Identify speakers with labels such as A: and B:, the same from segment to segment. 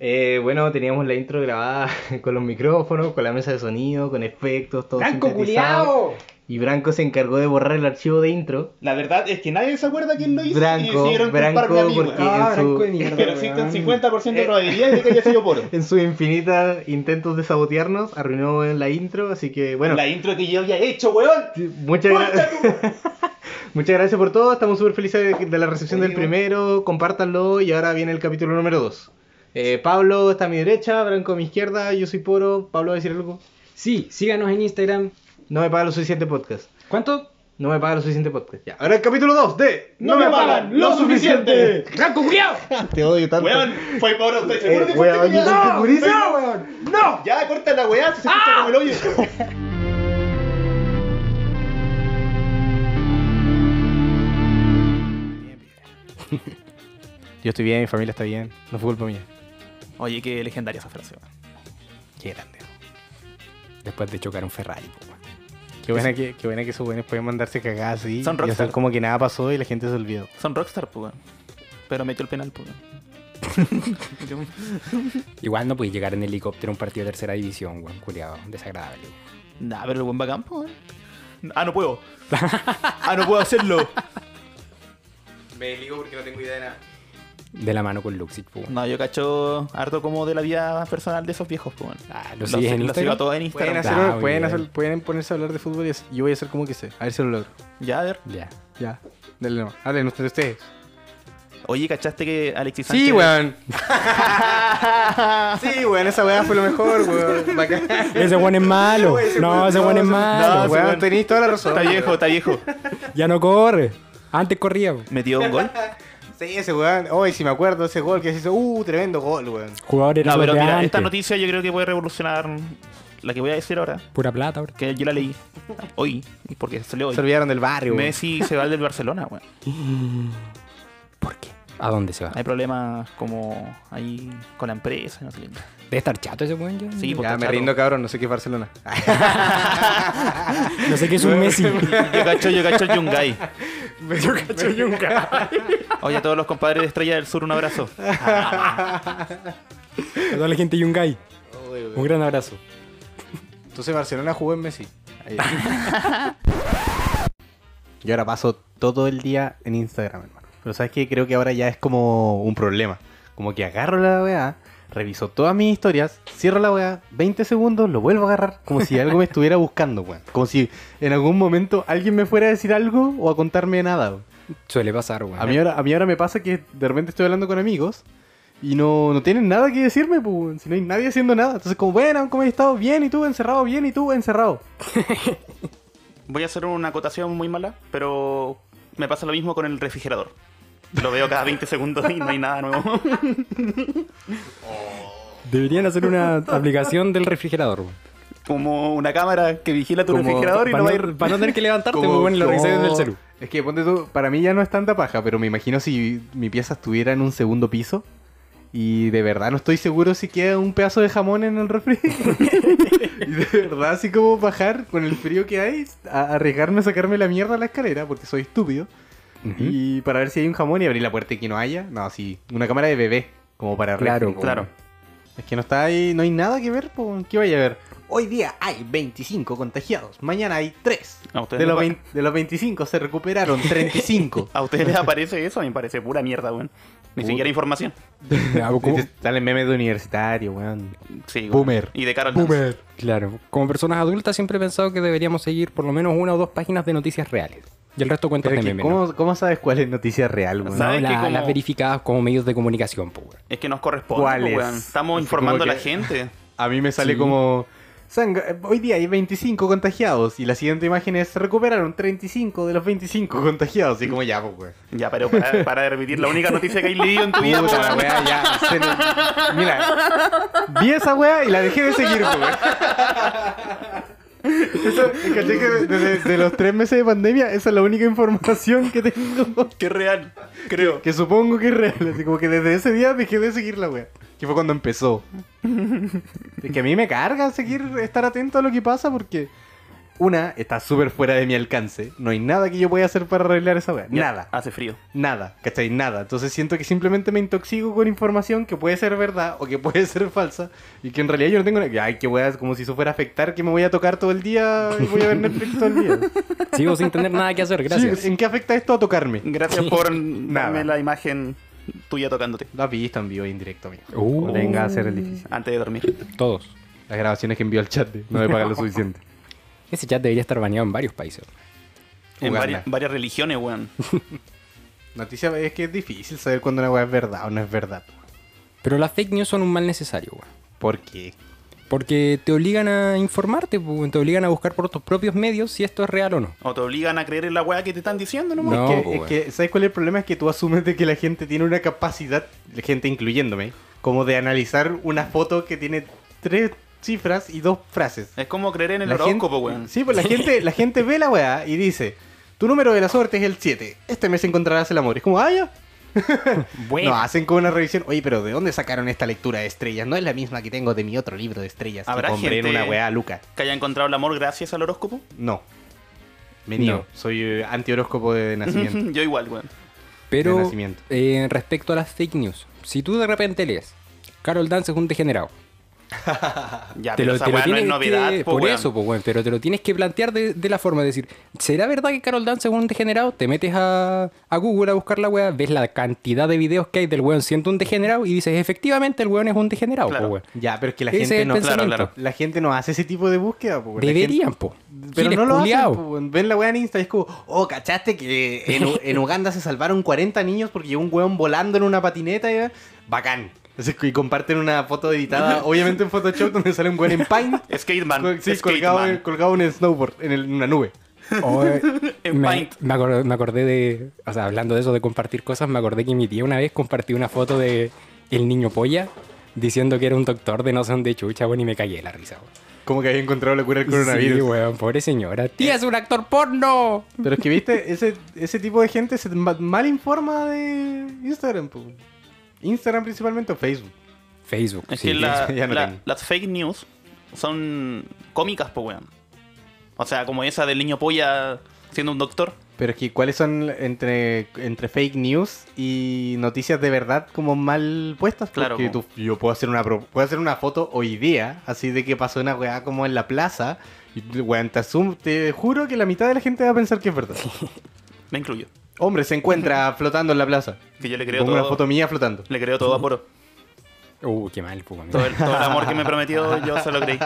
A: Eh, bueno, teníamos la intro grabada con los micrófonos, con la mesa de sonido, con efectos, todo
B: ¡Blanco
A: sintetizado.
B: culiao!
A: Y Branco se encargó de borrar el archivo de intro.
C: La verdad es que nadie se acuerda quién lo hizo y
A: Branco,
C: decidieron culparme a
A: Branco,
C: mí,
A: porque
C: weón.
B: Ah,
A: en, su-
B: Branco de mierda,
C: Pero existen
B: weón.
C: 50%
A: Eh,
C: de probabilidad de que haya sido Poro.
A: en sus infinitas intentos de sabotearnos arruinó la intro, así que bueno.
C: La intro que yo había hecho, weón.
A: Muchas gracias. Muchas gracias por todo, estamos súper felices de, de la recepción
B: Oye,
A: del
B: bueno.
A: primero, compártanlo y ahora viene el capítulo número 2. Pablo está a mi derecha, Branco a mi izquierda, yo soy Poro, Pablo va a decir algo.
B: Sí, síganos en Instagram.
A: No me paga lo suficiente podcast.
B: ¿Cuánto?
A: No me paga lo suficiente podcast. Ya. Ahora el capítulo 2 de
C: No me pagan lo suficiente.
B: ¡Blanco culiao!
A: Te odio tanto.
C: Weón, fue Poro, estoy seguro
A: Eh,
C: que fue
A: weón,
C: este
A: yo
C: culiao.
A: estoy segurísimo.
C: Estoy-
B: weón! ¡No!
C: Ya, corta la weá, se escucha como el hoyo.
A: Yo estoy bien, mi familia está bien, no fue culpa mía.
D: Oye, qué legendaria esa frase. weón.
A: Qué grande. Después de chocar un Ferrari, po, weón. Qué buena que, qué buena que esos buenos pueden mandarse cagadas así
D: Son
A: y hacer
D: rockstar.
A: como que nada pasó y la gente se olvidó.
D: Son rockstar, pues, weón. Pero metió el penal, pues, weón.
E: Igual no pude llegar en helicóptero a un partido de tercera división, weón, culiado, desagradable. weón.
D: Nah, pero el buen bacán, pues, weón. Ah, no puedo. Ah, no puedo hacerlo.
A: Me digo porque no tengo idea de nada.
E: De la mano con Luxich, pues. weón.
D: No, yo cacho harto como de la vida personal de esos viejos, pues, weón.
E: Ah, ¿lo sigues
D: sigo-
E: en
D: sigo
E: Instagram?
D: a todos en
A: Pueden,
D: Instagram.
A: hacer,
E: Ah,
A: pueden,
E: bien.
A: hacer- pueden ponerse a hablar de fútbol y es- yo voy a hacer como que sé. A ver si lo logro.
D: Ya, a ver.
E: Ya.
A: Ya. Dale nomás. Hablen ustedes. ustedes.
D: Oye, ¿cachaste que Alexis Sánchez...
A: Sí, weón. sí, weón. Esa weá fue lo mejor, weón. Bacán.
E: Ese weón es malo. No, ese weón es
A: No,
E: malo.
D: weón.
A: weón. Tenéis toda la razón.
D: Está viejo, está viejo.
E: Ya no corre. Antes corría. weón.
D: Metió un gol.
A: Sí, ese weón. Hoy, si me acuerdo, ese gol que se hizo. Uh, tremendo gol, weón.
E: Jugadores
D: No,
E: esos
D: pero
E: de
D: mira,
E: antes.
D: esta noticia yo creo que puede revolucionar la que voy a decir ahora.
E: Pura plata, ahora.
D: Que yo la leí hoy, porque salió hoy.
A: Se olvidaron del barrio, weón.
D: Messi se va del Barcelona, weón.
E: ¿Por qué? ¿A dónde se va?
D: Hay problemas como ahí con la empresa, y no sé qué.
E: Debe estar chato ese weón ya.
D: Sí, pues,
A: Ya,
D: está
A: me
D: chato.
A: rindo, cabrón. No sé qué es Barcelona.
E: No sé qué es un Messi.
D: Yo cacho, yo cacho el Yungay.
E: Yo cacho yunca.
D: Oye, a todos los compadres de Estrella del Sur, un abrazo.
E: A toda la gente yungay. Un gran abrazo.
A: Entonces Barcelona jugó en Messi. Ahí. Yo ahora paso todo el día en Instagram, hermano. Pero sabes que creo que ahora ya es como un problema. Como que agarro la weá, reviso todas mis historias, cierro la weá, 20 segundos, lo vuelvo a agarrar, como si algo me estuviera buscando, weón. Como si en algún momento alguien me fuera a decir algo o a contarme nada. weón.
E: Suele pasar, weón.
A: A mí, ahora, a mí ahora me pasa que de repente estoy hablando con amigos y no, no tienen nada que decirme, pues, weón, si no hay nadie haciendo nada. Entonces, como, bueno, ¿cómo has estado? Bien, y tú, encerrado, bien, y tú, encerrado.
D: Voy a hacer una acotación muy mala, pero me pasa lo mismo con el refrigerador. Lo veo cada 20 segundos y no hay nada nuevo.
E: Deberían hacer una aplicación del refrigerador, weón.
D: Como una cámara que vigila tu
E: Como-
D: refrigerador y
E: para
D: no va a
E: no, para no tener que levantarte, weón, bueno, y lo
A: como-
E: revisas desde el celu.
A: Es que ponte tú, para mí ya no es tanta paja, pero me imagino si mi pieza estuviera en un segundo piso y de verdad no estoy seguro si queda un pedazo de jamón en el refri. y de verdad, así como bajar con el frío que hay, a- arriesgarme a sacarme la mierda a la escalera porque soy estúpido. Y para ver si hay un jamón y abrir la puerta y que no haya. No, sí, una cámara de bebé, como para refri,
E: Claro,
A: po.
D: Claro.
A: Es que no está ahí, no hay nada que ver, po. ¿qué vaya a ver? Hoy día hay 25 contagiados, mañana hay 3.
D: A ustedes
A: De
D: les
A: los,
D: va-
A: 20 de los 25 se recuperaron 35.
D: A ustedes les aparece eso, me parece pura mierda, weón. Ni
A: Puta.
D: siquiera información.
E: Ya, como-
A: Este, Salen memes de universitario, weón.
D: Sí, weón.
A: Boomer.
D: Y de Carol Dance.
E: Claro, como personas adultas siempre he pensado que deberíamos seguir por lo menos una o dos páginas de noticias reales. Y el resto cuentas
A: Pero
E: de
A: es que,
E: meme. ¿no?
A: ¿cómo, Ah, cómo sabes cuál es noticia real, weón?
D: ¿Sabes
E: No, la-
D: que como-
E: Las verificadas como medios de comunicación, pues, weón.
D: Es que nos corresponde,
A: ¿Cuál
D: pues,
A: es?
D: weón. Estamos
A: Así
D: informando a
A: como
D: la
A: que-
D: gente.
A: A mí me sale
E: Sí.
A: como... "Sanga- eh, hoy día hay 25 contagiados y la siguiente imagen es se recuperaron 35 de los 25 contagiados. Y como ya, pues, weón.
D: Ya, pero para, para de repetir la única noticia que hay leído en tu vida,
A: Puta
D: pues,
A: la
D: weón.
A: weá, ya. se nos- Mira, vi esa weá y la dejé de seguir, weón. Eso, ¿cachai que de, de- de los tres meses de pandemia, esa es la única información que tengo.
D: Qué real, creo.
A: Que supongo que es real. Así como que desde ese día dejé de seguir la weá. Que fue cuando empezó. Es que a mí me carga seguir, estar atento a lo que pasa porque Una, está súper fuera de mi alcance. No hay nada que yo pueda hacer para arreglar esa weá.
D: Ya
A: Nada.
D: Hace frío.
A: Nada, ¿cachai? Nada. Entonces siento que simplemente me intoxico con información que puede ser verdad o que puede ser falsa y que en realidad yo no tengo... ni- Ay, que weas, como si eso fuera a afectar que me voy a tocar todo el día y voy a ver Netflix todo el día.
E: Sigo sin tener nada que hacer, gracias.
A: Sí, ¿En qué afecta esto a tocarme?
D: Gracias por darme
A: Nada.
D: la imagen tuya tocándote
A: Las vistas envío en directo, amigo.
E: Uh.
A: No venga a hacer el difícil.
D: antes de dormir.
E: Todos.
A: Las grabaciones que envió al chat de- no me pagan lo suficiente.
E: Ese chat debería estar baneado en varios países.
D: En
A: Uganda.
D: varias, varias religiones, weón.
A: Noticia es que es difícil saber cuando una wea es verdad o no es verdad.
E: Pero las fake news son un mal necesario, weón.
A: ¿Por qué?
E: Porque te obligan a informarte, pues, te obligan a buscar por tus propios medios si esto es real o no.
D: O te obligan a creer en la weá que te están diciendo, nomás.
E: No,
A: Que-
E: po,
A: es
E: weón.
A: que, ¿sabes cuál es el problema? Es que tú asumes de que la gente tiene una capacidad, la gente incluyéndome, como de analizar una foto que tiene tres cifras y dos frases.
D: Es como creer en el
A: La gente-
D: horóscopo, weón.
A: Sí, pues la gente, la gente ve la weá y dice, tu número de la suerte es el 7, este mes encontrarás el amor. Es como, ah, ya. No, hacen como una revisión. Oye, pero ¿de dónde sacaron esta lectura de estrellas? No es la misma que tengo de mi otro libro de estrellas.
D: ¿Habrá
A: que compré en
D: gente-
A: una weá, Luca.
D: Que haya encontrado el amor gracias al horóscopo.
A: No. Me niego. Soy eh, antihoróscopo de nacimiento.
D: Yo igual, weón.
E: Pero
A: de nacimiento.
E: eh, respecto a las fake news, si tú de repente lees, Carol Dance es un degenerado,
D: Ya,
E: te
D: Ah, pero
E: lo,
D: esa
E: te
D: weá
E: lo
D: no es
E: tienes
D: novedad,
E: que,
D: po,
E: por
D: weón.
E: eso, po, weón, pero te lo tienes que plantear de, de la forma de decir, ¿será verdad que Carol Dance es un degenerado? Te metes a, a Google a buscar la weá, ves la cantidad de videos que hay del weón siendo un degenerado y dices, efectivamente el weón es un degenerado, po,
D: Claro.
E: weón.
A: Ya, pero es que la
E: Ese es
A: gente
E: el
A: no.
E: pensamiento.
D: claro.
A: La gente no hace ese tipo de búsqueda, po, la
E: Ah. Deberían,
A: gente-
E: po.
A: Pero
E: Giles
A: no lo hacen,
E: culiao.
A: po, weón. Ven la weá en Insta y es como, oh, ¿cachaste que en, U- en Uganda se salvaron 40 niños porque llegó un weón volando en una patineta? Y, bacán. Entonces, y comparten una foto editada, obviamente en Photoshop, donde sale un weón en Pine.
D: Skateman.
A: co- sí, colgado, en-
D: Skateman.
A: colgado en el snowboard, en, el- en una nube.
E: Oh, eh,
D: En
E: me,
D: Paint.
E: me acordé, me acordé de, o sea, hablando de eso de compartir cosas, me acordé que mi tía una vez compartió una foto de el niño polla diciendo que era un doctor de no sé dónde chucha, weón, y me caí de la risa, weón.
A: Como que había encontrado la cura del
E: Sí,
A: coronavirus.
E: weón, pobre señora. ¡Tía, es un actor porno!
A: Pero es que, viste, ese, ese tipo de gente se ma- mal informa de Instagram, po. Instagram principalmente o Facebook.
E: Facebook.
D: Es
E: sí.
D: que la-
A: ya no
D: la-
A: tengo.
D: las fake news son cómicas, po, weón. O sea, como esa del niño polla siendo un doctor.
A: Pero es que, ¿cuáles son entre, entre fake news y noticias de verdad como mal puestas?
D: Claro,
A: Porque
D: como-
A: tú- yo puedo hacer, una, pro- puedo hacer una foto hoy día, así de que pasó una weá como en la plaza. Y, weón, te, asum- te juro que la mitad de la gente va a pensar que es verdad.
D: Me incluyo.
A: Hombre, se encuentra flotando en la plaza.
D: Que yo le creo
A: Pongo una
D: todo.
A: foto mía flotando.
D: Le creo todo a Poro.
E: Uh, qué mal, puma.
D: Todo el, todo el amor que me prometió, yo se lo creí.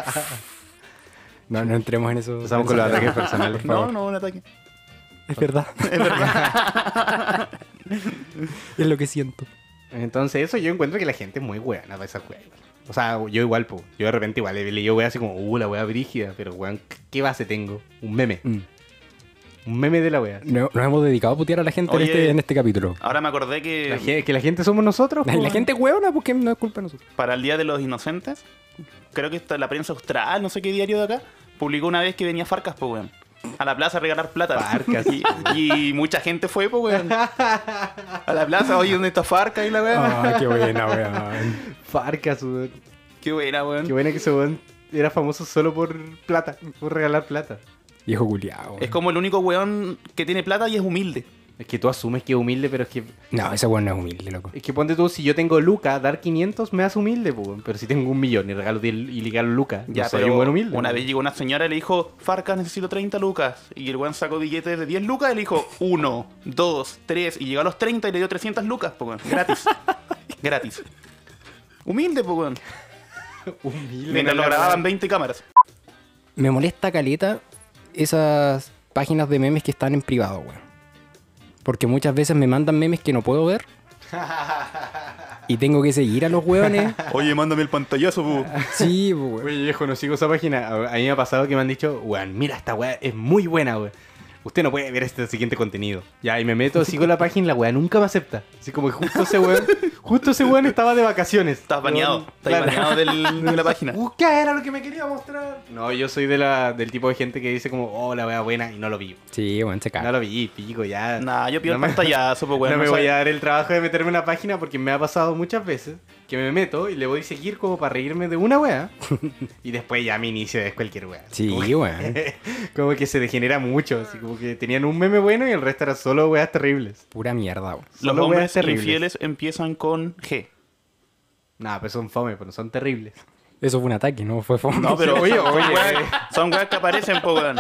E: No, no entremos en eso.
A: Empezamos con los ataques personales. por
D: No,
A: favor.
D: no, un ataque.
E: Es verdad. Es verdad. es lo que siento.
A: Entonces, eso yo encuentro que la gente es muy weana para esas weas. O sea, yo igual, po. Yo de repente igual le leí wea así como, uh, la wea brígida. Pero, weón, ¿qué base tengo? Un meme.
E: Mm.
A: Un meme de la wea.
E: No- Nos hemos dedicado a putear a la gente en
D: Oye.
E: este, en este capítulo.
D: Ahora me acordé
A: La
D: que
A: gen- que la gente somos nosotros.
E: La,
A: po.
E: la gente es hueona porque no es culpa de nosotros.
D: para el Día de los Inocentes, creo que está la prensa austral, no sé qué diario de acá, publicó una vez que venía Farcas, po, weón. A la plaza a regalar plata.
A: Farcas.
D: Y, y mucha gente fue, po, weón. A la plaza, oye, ¿dónde está Farcas? Y la weón.
E: Ah, qué buena, weón.
A: Farcas, weón.
D: Qué buena, weón.
A: Qué buena que ese weón era famoso solo por plata, por regalar plata.
E: Viejo culiao.
D: Es como el único weón que tiene plata y es humilde.
A: Es que tú asumes que es humilde, pero es que.
E: No, ese weón no es humilde, loco.
A: Es que ponte tú, si yo tengo Luca, dar 500 me hace humilde, po, weón. Pero si tengo un millón y regalo 10 y regalo Luca, ya soy
D: pero
A: un buen humilde.
D: Una
A: weón.
D: vez llegó una señora y le dijo, Farcas, necesito 30 lucas. Y el weón sacó billetes de 10 lucas y le dijo, 1, 2, 3. Y llegó a los 30 y le dio 300 lucas, po, weón. Gratis. Gratis. Humilde, po, weón.
A: Humilde.
D: Mientras lo
A: no,
D: grababan 20 cámaras.
E: Me molesta caleta esas páginas de memes que están en privado, weón. Porque muchas veces me mandan memes que no puedo ver. Y tengo que seguir a los weones.
D: Oye, mándame el pantallazo, po.
E: Sí, weón.
A: Oye, viejo, no sigo esa página. A a mí me ha pasado que me han dicho, weón, mira, esta weá es muy buena, weón. Usted no puede ver este siguiente contenido. Ya, y me meto, sigo la página y la weá nunca me acepta. Así como que justo ese weón, justo ese weón estaba de vacaciones.
D: Estás baneado.
A: Weón,
D: Estás
A: claro.
D: baneado del- de la página.
A: Uh, ¿Qué era lo que me quería mostrar? No, yo soy de la, del tipo de gente que dice como, oh, la weá buena y no lo vi.
E: Sí, weón, se caga.
A: No lo vi, pico, ya.
D: Nah, yo pido el
A: No me-
D: pantallazo, po, weón.
A: no me
D: O sea,
A: voy a dar el trabajo de meterme en la página porque me ha pasado muchas veces que me meto y le voy a seguir como para reírme de una wea. y después ya mi inicio es cualquier wea.
E: Sí,
A: Como-
E: weón.
A: Como que se degenera mucho, así como que tenían un meme bueno y el resto era solo weas terribles.
E: Pura mierda, weón.
D: Los
A: Solo weas
D: hombres
A: terribles.
D: infieles empiezan con G.
A: Nah, pues son fome, pero son terribles.
E: Eso fue un ataque, no fue fome.
D: No, pero
A: Oye,
D: son,
A: oye.
D: Weas, son weas que aparecen, po, weón.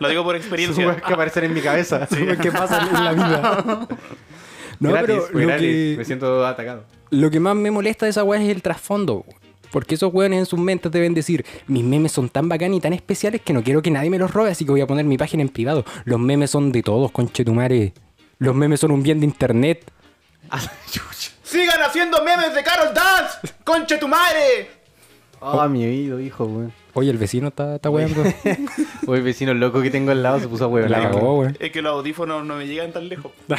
D: Lo digo por
A: Son weas
D: experiencia.
A: que aparecen en mi cabeza.
E: ¿Qué pasa en la vida? No,
A: gratis,
E: pero
A: fue
E: lo
A: gratis.
E: que-
A: Me siento atacado.
E: Lo que más me molesta de esa weá es el trasfondo. Porque esos weones en sus mentes deben decir, mis memes son tan bacanes y tan especiales que no quiero que nadie me los robe, así que voy a poner mi página en privado. Los memes son de todos, conchetumare. Los memes son un bien de internet.
D: ¡Sigan haciendo memes de Carol Dance! ¡Conche tu madre!
A: Oh, mi oído, hijo, weón.
E: Oye, el vecino está, está weando.
A: Oye, vecino loco que tengo al lado se puso a hueón.
E: La cagó, weón.
D: Es que los audífonos no me llegan tan lejos.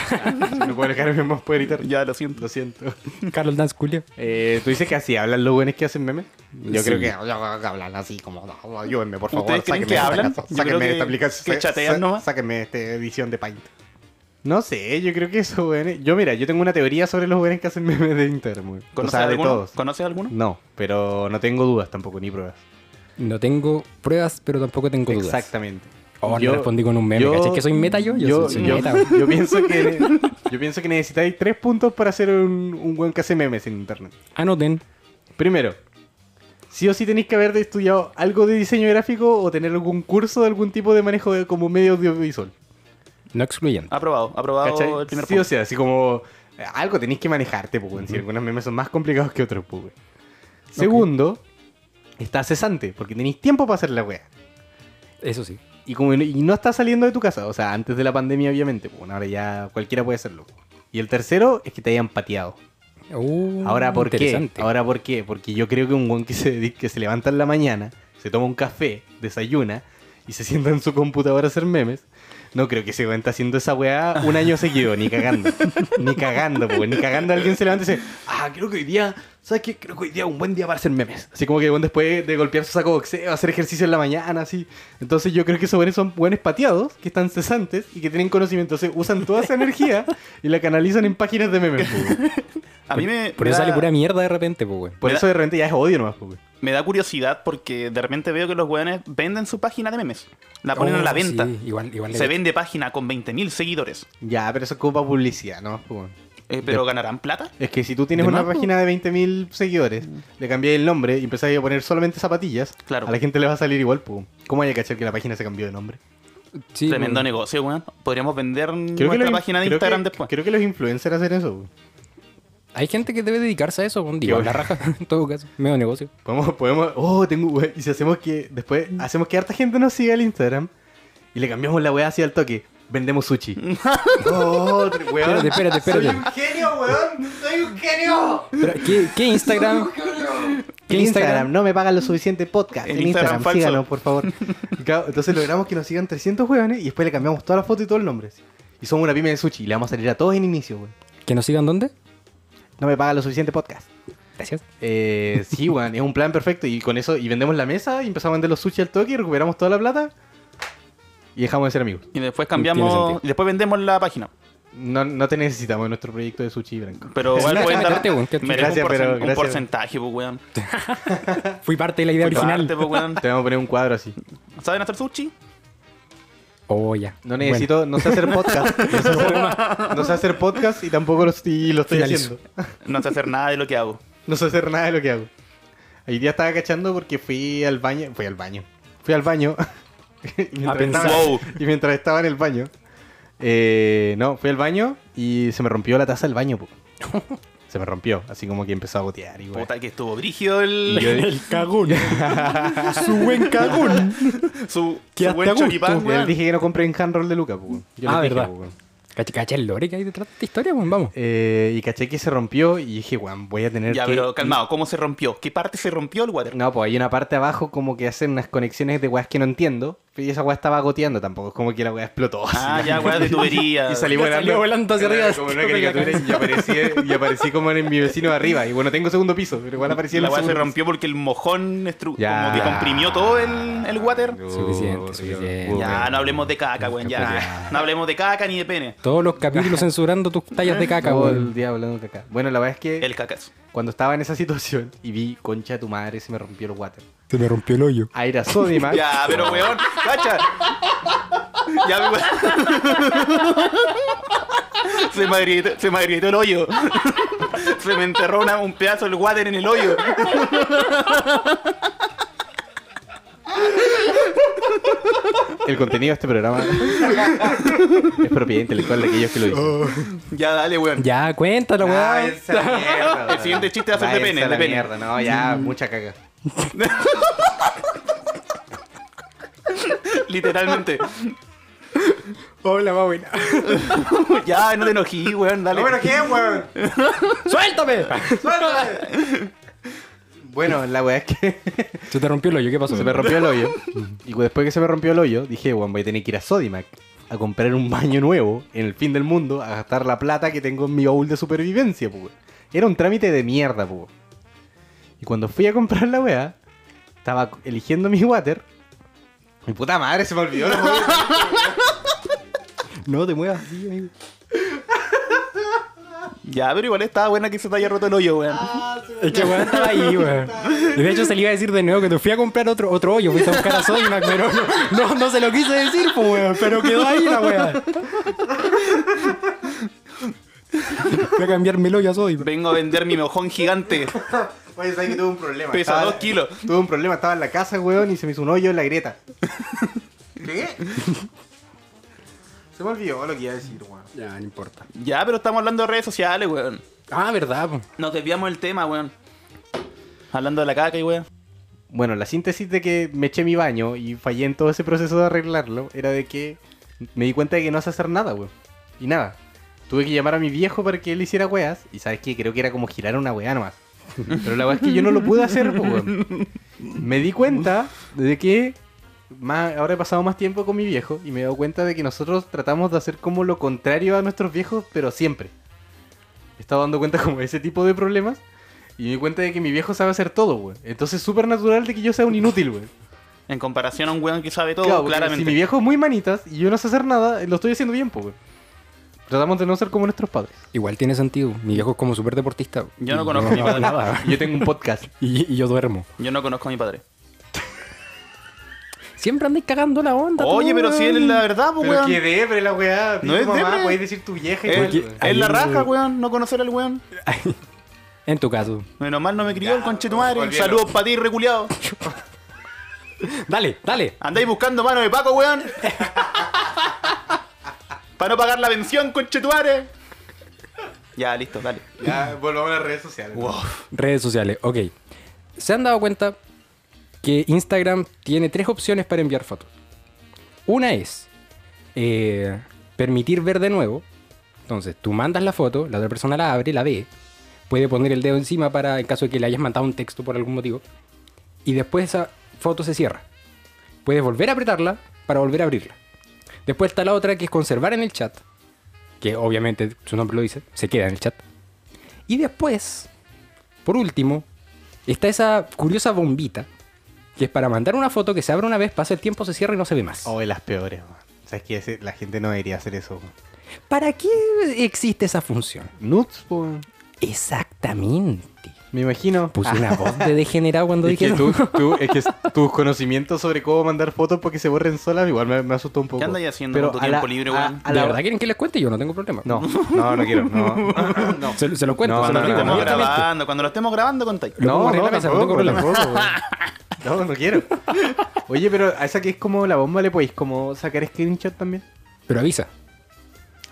A: No puedo dejar mi más poder editar.
D: Ya, lo siento.
A: Lo siento.
E: Carlos Dance Julio.
A: Eh, ¿Tú dices que así hablan los buenos que hacen memes? Yo
E: Sí.
A: creo que hablan así como, "No, ayúdenme, por favor,
D: ¿Ustedes creen
A: sáquenme,
D: que
A: de esta
D: hablan?
A: casa,
D: Yo
A: sáquenme
D: creo
A: de esta
D: que-
A: aplicación,
D: que
A: sa-
D: chatean
A: sa-
D: nomás.
A: sáquenme de esta edición de Paint. No sé, yo creo que eso, weón. Yo, mira, yo tengo una teoría sobre los buenos que hacen memes de Inter, weón. O
D: ¿Conoces
A: sea, de
D: alguno?
A: todos.
D: ¿Conoces alguno?
A: No, pero no tengo dudas tampoco, ni pruebas.
E: No tengo pruebas, pero tampoco tengo dudas.
A: Exactamente.
E: Oh, le respondí con un meme, ¿cachai? Que soy meta yo, yo soy- soy meta, weón.
A: yo pienso que, yo pienso que necesitáis tres puntos para hacer un, un buen que hace memes en internet.
E: Anoten.
A: Primero, sí o sí tenéis que haber estudiado algo de diseño gráfico o tener algún curso de algún tipo de manejo de- como medio audiovisual.
E: No excluyente.
D: Aprobado, aprobado
A: ¿Cachai?
D: el primer
A: Sí o
D: punto.
A: sí, así como eh, algo tenéis que manejarte, pues, weón, si algunos memes son más complicados que otros, pues. weón. Segundo, está cesante, porque tenéis tiempo para hacer la wea.
E: Eso sí.
A: Y, como, y no estás saliendo de tu casa, o sea, antes de la pandemia, obviamente, pues, bueno, ahora ya cualquiera puede hacerlo. pues. Y el tercero es que te hayan pateado.
E: Uh,
A: Ahora, ¿por qué?
E: interesante.
A: Ahora, ¿por qué? Porque yo creo que un guan que se, dedica- que se levanta en la mañana, se toma un café, desayuna y se sienta en su computadora a hacer memes, no creo que se levanta haciendo esa weá un año seguido, ni cagando. ni cagando, pues, ni cagando alguien se levanta y dice, ah, creo que hoy día, ¿sabes qué? Creo que hoy día es un buen día para hacer memes. Así como que bueno, después de golpear su saco de boxeo, hacer ejercicio en la mañana, así. Entonces yo creo que esos buenos son buenos pateados, que están cesantes y que tienen conocimiento. Entonces usan toda esa energía y la canalizan en páginas de memes. pues, weón.
D: A mí me,
E: Por
D: me
E: eso sale
D: da-
E: pura mierda de repente, pues, weón.
A: Por
D: Me da-
A: eso de repente ya es odio nomás, pues. weón.
D: me da curiosidad porque de repente veo que los weones venden su página de memes. La ponen
E: Oh,
D: a la venta.
E: sí, igual, igual le-
D: Se vende página con 20.000 seguidores.
A: Ya, pero eso es como para publicidad, ¿no? Pues, bueno.
D: Eh, ¿Pero ganarán plata?
A: Es que si tú tienes
E: ¿De
A: una
E: más, po?
A: página de 20.000 seguidores, le cambiáis el nombre y empezáis a poner solamente zapatillas,
D: Claro.
A: a la gente le va a salir igual, pues. ¿Cómo hay que cachar que la página se cambió de nombre?
E: Sí,
D: Tremendo
E: weón.
D: negocio, weón. Podríamos vender
A: que
D: nuestra
A: los in-
D: página de
A: creo que-
D: Instagram después.
A: Creo que los influencers hacen eso. po.
E: Hay gente que debe dedicarse a eso, con
A: Qué
E: Digo,
A: bueno.
E: la raja, en todo caso. Medio negocio.
A: Podemos, podemos, oh, tengo, we- y si hacemos que, después, hacemos que harta gente nos siga el Instagram y le cambiamos la weá hacia el toque, vendemos sushi. oh, tre- weón.
E: Espérate, espérate, espérate.
C: genio, weón! ¡Soy un genio!
E: Pero, ¿qué, qué Instagram? ¿Qué
A: El Instagram,
E: Instagram?
A: no me pagan lo suficiente podcast.
D: El
A: El, Instagram,
D: Instagram falso.
A: síganos, por favor. Claro, Entonces logramos que nos sigan 300 hueones y después le cambiamos todas las fotos y todos los nombres. Y somos una pyme de sushi y le vamos a salir a todos en inicio, weón.
E: ¿Que nos sigan dónde?
A: No me pagan lo suficiente podcast.
E: Gracias.
A: Eh, sí, weón, es un plan perfecto. Y con eso, y vendemos la mesa y empezamos a vender los sushi al toque y recuperamos toda la plata y dejamos de ser amigos.
D: Y después
E: Tiene
D: cambiamos.
E: sentido.
D: Y después vendemos la página.
A: No, no te necesitamos en nuestro proyecto de sushi blanco.
D: Pero
E: Es
D: igual
E: una
D: pueden dar
E: cagarte, weón, que-
D: merece
A: Gracias,
D: un, porcen-
A: pero-
D: un
A: gracias.
D: porcentaje, pues, weón.
E: Fui parte de la idea
D: Por
E: original.
D: parte, pues, weón.
A: Te vamos a poner un cuadro así.
D: ¿Saben hacer sushi?
E: Oh, ya.
A: No necesito, no sé hacer podcast. No sé hacer, no sé hacer podcast y tampoco lo, y lo estoy
E: Finalizo.
A: haciendo.
D: No sé hacer nada de lo que hago.
A: No sé hacer nada de lo que hago. Hoy día estaba cachando porque fui al baño. Fui al baño. Fui al baño. y,
E: A pensar.
A: estaba,
D: Wow.
A: y mientras estaba en el baño. eh, no, fui al baño y se me rompió la taza del baño. po. se me rompió. Así como que empezó a gotear. Y, weá.
D: Puta que estuvo brígido el.
A: Y yo-
E: El cagón. Su buen cagón.
D: Su,
E: Que
D: su
E: hasta
D: buen
E: gusto.
D: choripán,
A: Yo
D: weón.
A: les dije que no compren handroll de Luca. po. Yo
E: Ah,
A: les dije,
E: verdad.
A: po, weón.
E: Cacha, cacha el lore que hay detrás de esta historia, weón. Vamos.
A: Eh, y caché que se rompió y dije, weón, voy a tener
D: Ya,
A: que...
D: pero calmado, ¿cómo se rompió? ¿Qué parte se rompió el water?
A: No, pues hay una parte abajo como que hacen unas conexiones de weas que no entiendo. Y esa wea estaba goteando tampoco. Es como que la wea explotó. así.
D: Ah, ya, weón, de tubería.
A: Y salí
E: Salió
A: Ah, volando,
E: volando hacia
A: Claro,
E: arriba.
A: Como una caricatura y aparecí, y aparecí como en mi vecino de arriba. Y bueno, tengo segundo piso, pero igual aparecí en
D: la
A: el
D: weá se
A: segundo
D: rompió porque el mojón estru-
A: Ya.
D: como que comprimió todo el, el water.
A: piso.
E: Suficiente,
A: Yo-
E: suficiente.
D: Ya, no hablemos de caca, weón, ya. No hablemos de caca ni de pene.
E: Todos los capítulos censurando tus tallas de caca,
A: Todo el
E: weón.
A: día hablando de caca. Bueno, la verdad es que
D: El cacas.
A: cuando estaba en esa situación y vi, concha de tu madre, se me rompió el water. Ah,
E: Se me rompió el hoyo.
A: A ir a Sodimac.
D: Ya, pero weón, cacha. Ya, mi weón. Se me, agrietó, se me agrietó el hoyo. Se me enterró una- un pedazo del water en el hoyo.
A: El contenido de este programa es propiedad intelectual de aquellos que lo dicen.
D: Ya, dale, weón.
E: Ya, cuéntalo,
A: Ah,
E: weón.
A: esa mierda, weón.
D: siguiente chiste va a ser de
A: Váyanse
D: pene,
A: la
D: de pene.
A: mierda, no, ya, mucha caga.
D: Literalmente.
E: Hola, más buena.
D: Ya, no te enojí, weón, dale.
C: No, pero ¿qué, weón?
E: ¡Suéltame!
C: Suéltate.
A: Bueno, la weá es que
E: Se te rompió el hoyo, ¿qué pasó?
A: se me rompió el hoyo. Y después que se me rompió el hoyo, dije, weón, voy a tener que ir a Sodimac a comprar un baño nuevo en el fin del mundo, a gastar la plata que tengo en mi baúl de supervivencia, pues. weón. Era un trámite de mierda, pues. weón. Y cuando fui a comprar la weá, estaba eligiendo mi water. Mi puta madre, se me olvidó la weá.
E: No te muevas así, amigo.
D: Ya, pero igual estaba buena que se te haya roto el hoyo, weón.
E: Es que weón estaba ahí, weón. Y de hecho se le iba a decir de nuevo que te fui a comprar otro, otro hoyo, fuiste a buscar a Sodimac, pero no, no, no se lo quise decir, pues, weón. Pero quedó ahí la weón. Voy a cambiarme el hoyo a Sodimac.
D: Vengo a vender mi mojón gigante.
A: Oye, sabes que tuve un problema.
D: Pesa
A: Estaba-
D: dos kilos.
A: Tuve un problema, estaba en la casa, weón, y se me hizo un hoyo en la grieta.
C: ¿Qué? Se me olvidó lo que iba a decir, weón.
E: Ya, no importa.
D: Ya, pero estamos hablando de redes sociales, weón.
E: Ah, verdad, po.
D: Nos desviamos del tema, weón. Hablando de la caca y weón.
A: Bueno, la síntesis de que me eché mi baño y fallé en todo ese proceso de arreglarlo era de que me di cuenta de que no sé hacer nada, weón. Y nada. Tuve que llamar a mi viejo para que él hiciera weas. Y sabes qué, creo que era como girar una wea nomás. Pero la wea es que yo no lo pude hacer, po, weón. Me di cuenta de que más, ahora he pasado más tiempo con mi viejo y me he dado cuenta de que nosotros tratamos de hacer como lo contrario a nuestros viejos, pero siempre. He estado dando cuenta como de ese tipo de problemas y me di cuenta de que mi viejo sabe hacer todo, weón. Entonces es súper natural de que yo sea un inútil, weón.
D: En comparación a un weón que sabe todo,
A: Claro, porque
D: claramente.
A: Si mi viejo es muy manitas y yo no sé hacer nada, lo estoy haciendo bien, pues, weón. Tratamos de no ser como nuestros padres.
E: Igual tiene sentido. Mi viejo es como súper deportista.
D: Yo no
E: Y
D: conozco a mi padre.
E: nada.
A: Yo tengo un podcast.
E: Y, y yo duermo.
D: Yo no conozco a mi padre.
E: Siempre andáis cagando la onda.
D: Oye,
E: tú,
D: pero si
E: weón.
D: él es la verdad, pues,
A: Pero que
D: weón.
A: depre la weá.
D: No
A: No
D: es
A: es mamá,
D: depre. Eh.
A: podéis decir tu vieja y
D: Es-
A: todo,
E: Porque-
A: weón.
D: Es la
E: Ahí-
D: raja, weón, no conocer al weón.
E: En tu caso.
D: Menos mal no me crió el conche tu madre.
C: volvieron.
D: Saludos para ti, reculeado.
E: Dale, dale.
D: Andáis buscando mano de Paco, weón. para no pagar la pensión, conche tu madre. Ya, listo, dale.
C: Ya, volvamos a las redes sociales.
D: Wow.
E: Redes sociales, ok. ¿Se han dado cuenta que Instagram tiene tres opciones para enviar fotos? Una es eh, permitir ver de nuevo. Entonces, tú mandas la foto, la otra persona la abre, la ve, puede poner el dedo encima para en caso de que le hayas mandado un texto por algún motivo. Y después esa foto se cierra. Puedes volver a apretarla para volver a abrirla. Después está la otra que es conservar en el chat, que obviamente su nombre lo dice, se queda en el chat. Y después por último, está esa curiosa bombita que es para mandar una foto que se abre una vez, pasa el tiempo, se cierra y no se ve más.
A: Oh, de las peores, weón. ¿Sabes qué? Ese- La gente no debería hacer eso, weón.
E: ¿Para qué existe esa función?
A: Nuts, weón.
E: Exactamente.
A: Me imagino.
D: Pues,
E: Puse una voz de degenerado cuando
A: Es
E: dije
A: que,
E: eso.
A: tú- tú- es que s- tus conocimientos sobre cómo mandar fotos porque se borren solas igual me, me asustó un poco.
D: ¿Qué andáis haciendo
A: Pero
D: con tu
A: a la-
D: tiempo libre,
A: a-
D: weón?
A: a
E: ¿De
A: la-
E: verdad quieren que les cuente? Yo no tengo problema.
A: No, no, no quiero. No, no.
E: Se, se lo cuento,
A: No,
E: se
D: Cuando lo
E: lo digo,
A: no, no,
D: estemos
A: no,
E: abiertamente.
D: grabando, cuando lo estemos grabando, contáis.
E: Lo pongo arriba de la mesa, no tengo problema.
A: No, no quiero. Oye, pero a esa que es como la bomba le podéis como sacar screenshot también.
E: Pero avisa.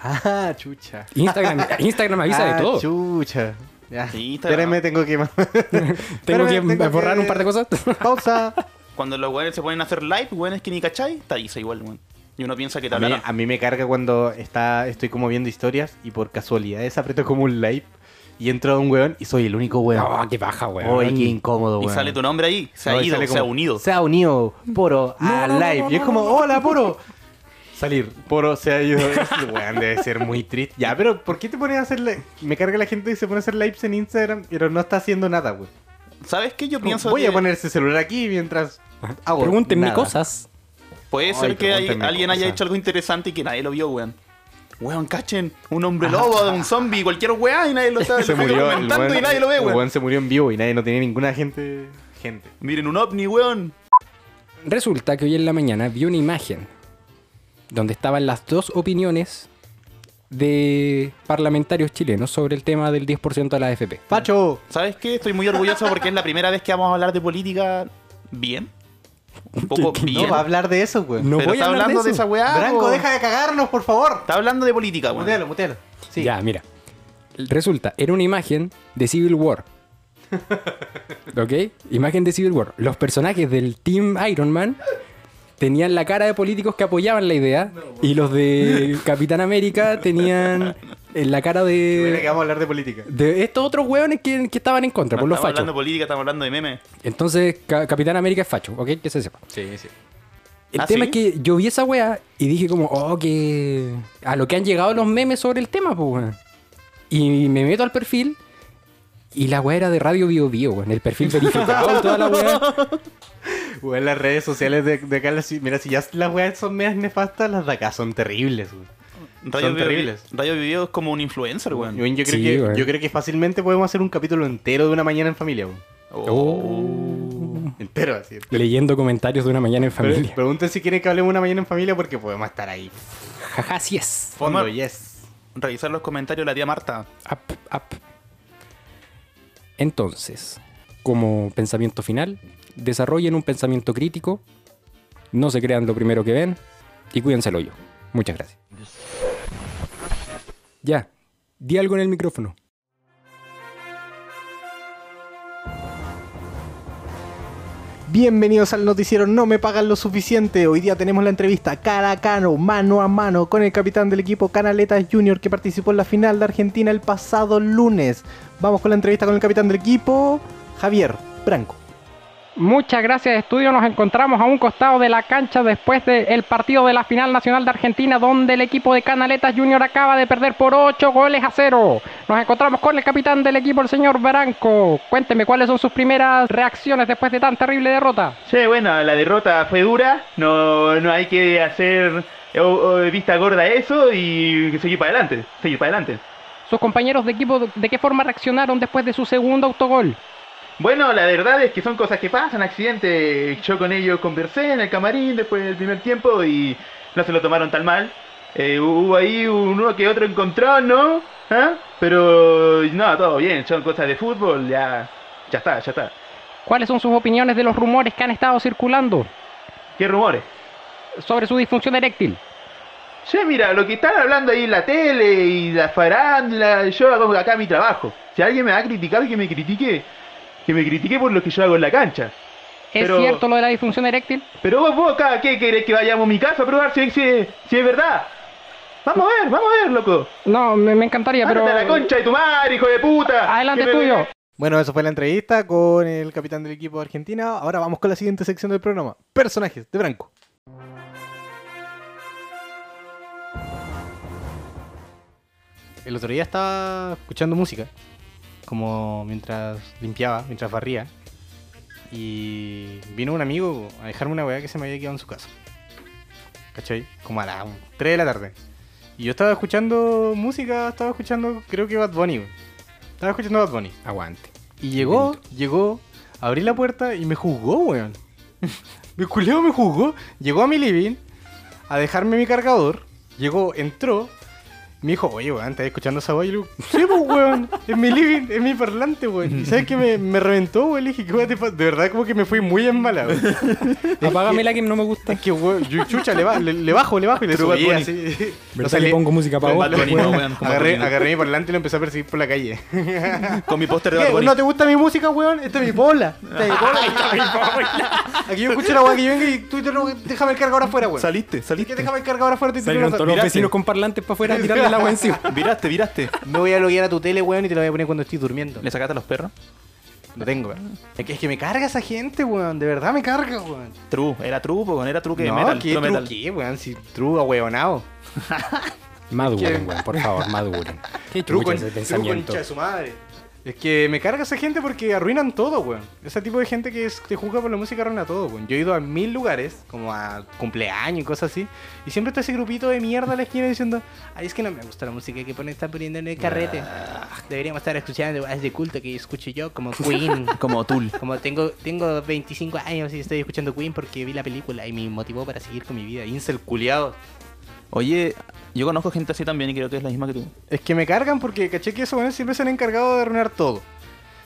A: Ah, chucha.
E: Instagram, Instagram avisa
A: Ah,
E: de todo.
A: Chucha. Ya.
D: Sí, está
A: Espérame, tengo que.
E: Tengo que
A: Espérame, tengo
E: borrar
A: que-
E: un par de cosas.
A: Pausa.
D: Cuando los weones se ponen a hacer live, weón, es que ni cachai, está ahí, se igual, weón. Y uno piensa que te
A: A mí,
D: hablaron.
A: a mí me carga cuando está, estoy como viendo historias y por casualidades aprieto como un live y entro a un weón y soy el único weón.
E: No, Ah, qué baja, weón.
A: Oye, qué incómodo,
D: Y
A: Ah, weón.
D: sale tu nombre ahí, se ha
A: No, y
D: ido,
A: sale
D: se ha
A: como, Mm.
D: unido.
A: Se ha unido, Poro, a
E: no, no,
A: live.
E: no,
A: y es
E: no,
A: como,
E: no.
A: hola, Poro. Salir, Poro se ha ido. Weón, debe ser muy triste. Ya, pero ¿por qué te pones a hacer live? Me carga la gente que se pone a hacer lives en Instagram, pero no está haciendo nada, weón.
D: ¿Sabes qué? Yo pienso
A: Voy
D: que
A: a poner ese celular aquí mientras hago
E: Pregúntenme
A: nada.
E: cosas.
D: puede
A: Ay,
D: ser que hay-
A: pregúntenme
D: alguien haya
A: cosas.
D: hecho algo interesante y que nadie lo vio, weón. Weón, cachen, un hombre lobo, un zombie, cualquier weá y nadie lo sabe.
A: Ah. Se
D: lo sigue
A: murió. El
D: comentando
A: weón,
D: y nadie lo ve,
A: el
D: weón.
A: weón se murió en vivo y nadie no tenía ninguna gente. Gente.
D: Miren, un ovni, weón.
E: Resulta que hoy en la mañana vi una imagen donde estaban las dos opiniones de parlamentarios chilenos sobre el tema del 10% de la AFP.
A: ¡Pacho!
D: ¿Sabes qué? Estoy muy orgulloso porque es la primera vez que vamos a hablar de política bien. Un poco
A: No,
D: bien.
A: va a hablar de eso, weón.
E: No
D: pero
E: voy a
D: está
E: hablar
D: hablando de,
E: de
D: esa
E: eso.
D: weá.
A: Branco,
D: po.
A: deja de cagarnos, por favor.
D: Está hablando de política, weón.
A: Mutealo, mutealo. Sí.
E: Ya, mira. Resulta, era una imagen de Civil War. ¿Ok? Imagen de Civil War. Los personajes del Team Iron Man tenían la cara de políticos que apoyaban la idea y los de Capitán América tenían eh, la cara
A: Mira que
E: de,
A: vamos a hablar de política.
E: de estos otros hueones que, que estaban en contra,
D: No,
E: por los
D: estamos hablando
E: fachos.
D: de política, estamos hablando de memes.
E: Entonces, Ca- Capitán América es facho, ¿ok? Que se sepa.
A: Sí, sí.
E: El
D: ¿Ah,
E: tema
D: sí?
E: es que yo vi esa weá y dije como, oh, que... A lo que han llegado los memes sobre el tema, pues, weón. Y me meto al perfil y la weá era de Radio Bio Bio, weón. El perfil verificado y toda la weá.
A: Weón, las redes sociales de, de acá, las- mira, si ya las weas son medias nefastas, las de acá son terribles, weón.
D: Rayo Video-
A: terribles.
D: Rayo Video es como un influencer, weón.
A: Weón, Yo, creo
E: Sí,
A: que,
E: weón.
A: yo creo que fácilmente podemos hacer un capítulo entero de una mañana en familia, weón.
E: Oh.
A: Entero, así.
E: Leyendo comentarios de una mañana en
A: Pre-
E: familia.
A: Pregunten si quieren que hablemos una mañana en familia porque podemos estar ahí.
E: Jaja, así es.
A: Fondo,
D: Omar.
A: yes.
D: Revisar los comentarios de la tía Marta.
E: Up, up. Entonces, como pensamiento final, desarrollen un pensamiento crítico, no se crean lo primero que ven y cuídense el hoyo. Muchas gracias. Ya, di algo en el micrófono.
A: Bienvenidos al noticiero No me pagan lo suficiente. Hoy día tenemos la entrevista cara a cano, mano a mano, con el capitán del equipo Canaletas Junior que participó en la final de Argentina el pasado lunes. Vamos con la entrevista con el capitán del equipo, Javier Branco.
F: Muchas gracias, estudio. Nos encontramos a un costado de la cancha después del partido de la final nacional de Argentina, donde el equipo de Canaletas Junior acaba de perder por 8 goles a 0. Nos encontramos con el capitán del equipo, el señor Branco. Cuénteme cuáles son sus primeras reacciones después de tan terrible derrota.
G: Sí, bueno, la derrota fue dura, no, no hay que hacer eh, o- o vista gorda a eso y seguir para adelante, seguir para adelante.
F: ¿Sus compañeros de equipo de qué forma reaccionaron después de su segundo autogol?
G: Bueno, la verdad es que son cosas que pasan, accidentes. Yo con ellos conversé en el camarín después del primer tiempo y no se lo tomaron tan mal. Eh, hubo ahí uno que otro encontró, ¿no? ¿Ah? Pero no, todo bien, son cosas de fútbol, ya, ya está, ya está.
F: ¿Cuáles son sus opiniones de los rumores que han estado circulando
G: ¿Qué rumores?
F: sobre su disfunción eréctil?
G: Che, mira, lo que están hablando ahí en la tele y la farándula, yo hago acá mi trabajo. Si alguien me va a criticar, que me critique, que me critique por lo que yo hago en la cancha.
F: ¿Es
G: Pero-
F: cierto lo de la disfunción eréctil?
G: Pero vos, vos acá, ¿qué querés que vayamos a mi casa a probar si, si- si es verdad? Vamos a ver, vamos a ver, loco.
F: No, me, me encantaría, pero...
G: Ándate a la concha de tu madre, hijo de puta. Que
F: Adelante,
G: me-
F: estudio.
A: Bueno, eso fue la entrevista con el capitán del equipo de Argentina. Ahora vamos con la siguiente sección del programa. Personajes de Branco. El otro día estaba escuchando música, como mientras limpiaba, mientras barría. Y vino un amigo a dejarme una weá que se me había quedado en su casa. ¿Cachai? Como a las 3 de la tarde. Y yo estaba escuchando música, estaba escuchando, creo que Bad Bunny. weón. Estaba escuchando Bad Bunny.
E: Aguante.
A: Y llegó, llegó, abrí la puerta y me juzgó, weón. Mi culeo me juzgó. Llegó a mi living a dejarme mi cargador. Llegó, entró. Me dijo, oye, weón, ¿estás escuchando esa voz? Y le digo, sí, pues, weón, en mi living, en mi parlante, weón. Y sabes que me, me reventó, weón. Le dije, ¿qué weón te pasa? De verdad, como que me fui muy en mala, weón.
E: Apágame la que no me gusta.
A: Es que, weón, yo, chucha, le, ba- le- le bajo, le bajo y le
D: True Bad
A: subí
D: Bunny.
A: así.
E: ¿Verdad que le pongo música para vos?
D: Bad Bunny, no, weón, como
A: agarré,
D: Bad Bunny.
A: agarré mi parlante y lo empecé a perseguir por la calle.
D: Con mi póster de
A: ¿Qué?
D: Bad Bunny.
A: ¿No te gusta mi música, weón? Esta es mi bola. Esta es mi bola. Aquí yo escucho la weá que yo venga y tú te lo- déjame el cargador afuera, weón.
D: Saliste,
A: ¿Qué
D: saliste.
A: déjame el cargador afuera? Te tiro
E: Salieron
A: una-
E: todos los
A: Mira,
E: vecinos con parlantes para afuera a tirarle el agua encima.
D: Viraste, viraste.
A: Me voy a loguear a tu tele, weón, y te la voy a poner cuando estoy durmiendo.
D: ¿Le sacaste a los perros?
A: Lo tengo, weón. Es que, es que me carga esa gente, weón. De verdad me carga, weón.
D: True, era true, po, era true que
A: no,
D: metal,
A: ¿qué
D: true metal.
A: truqué, weón? Si truco, weonado.
E: Maduren, weón, por favor, maduren. Qué
A: Truco,
E: chucha ese
A: truco,
E: pensamiento.
A: hincha de su madre. Es que me carga esa gente porque arruinan todo, weón. Ese tipo de gente que es- te juzga por la música arruina todo, weón. Yo he ido a mil lugares, como a cumpleaños y cosas así, y siempre está ese grupito de mierda a la esquina diciendo, ay, es que no me gusta la música que pone, está poniendo en el carrete. Deberíamos estar escuchando es de culto que escucho yo, como Queen.
H: Como Tool.
A: como tengo, tengo 25 años y estoy escuchando Queen porque vi la película y me motivó para seguir con mi vida. Incel culiado.
H: Oye, yo conozco gente así también y creo que es la misma que tú.
A: Es que me cargan porque caché que esos weones siempre se han encargado de arruinar todo.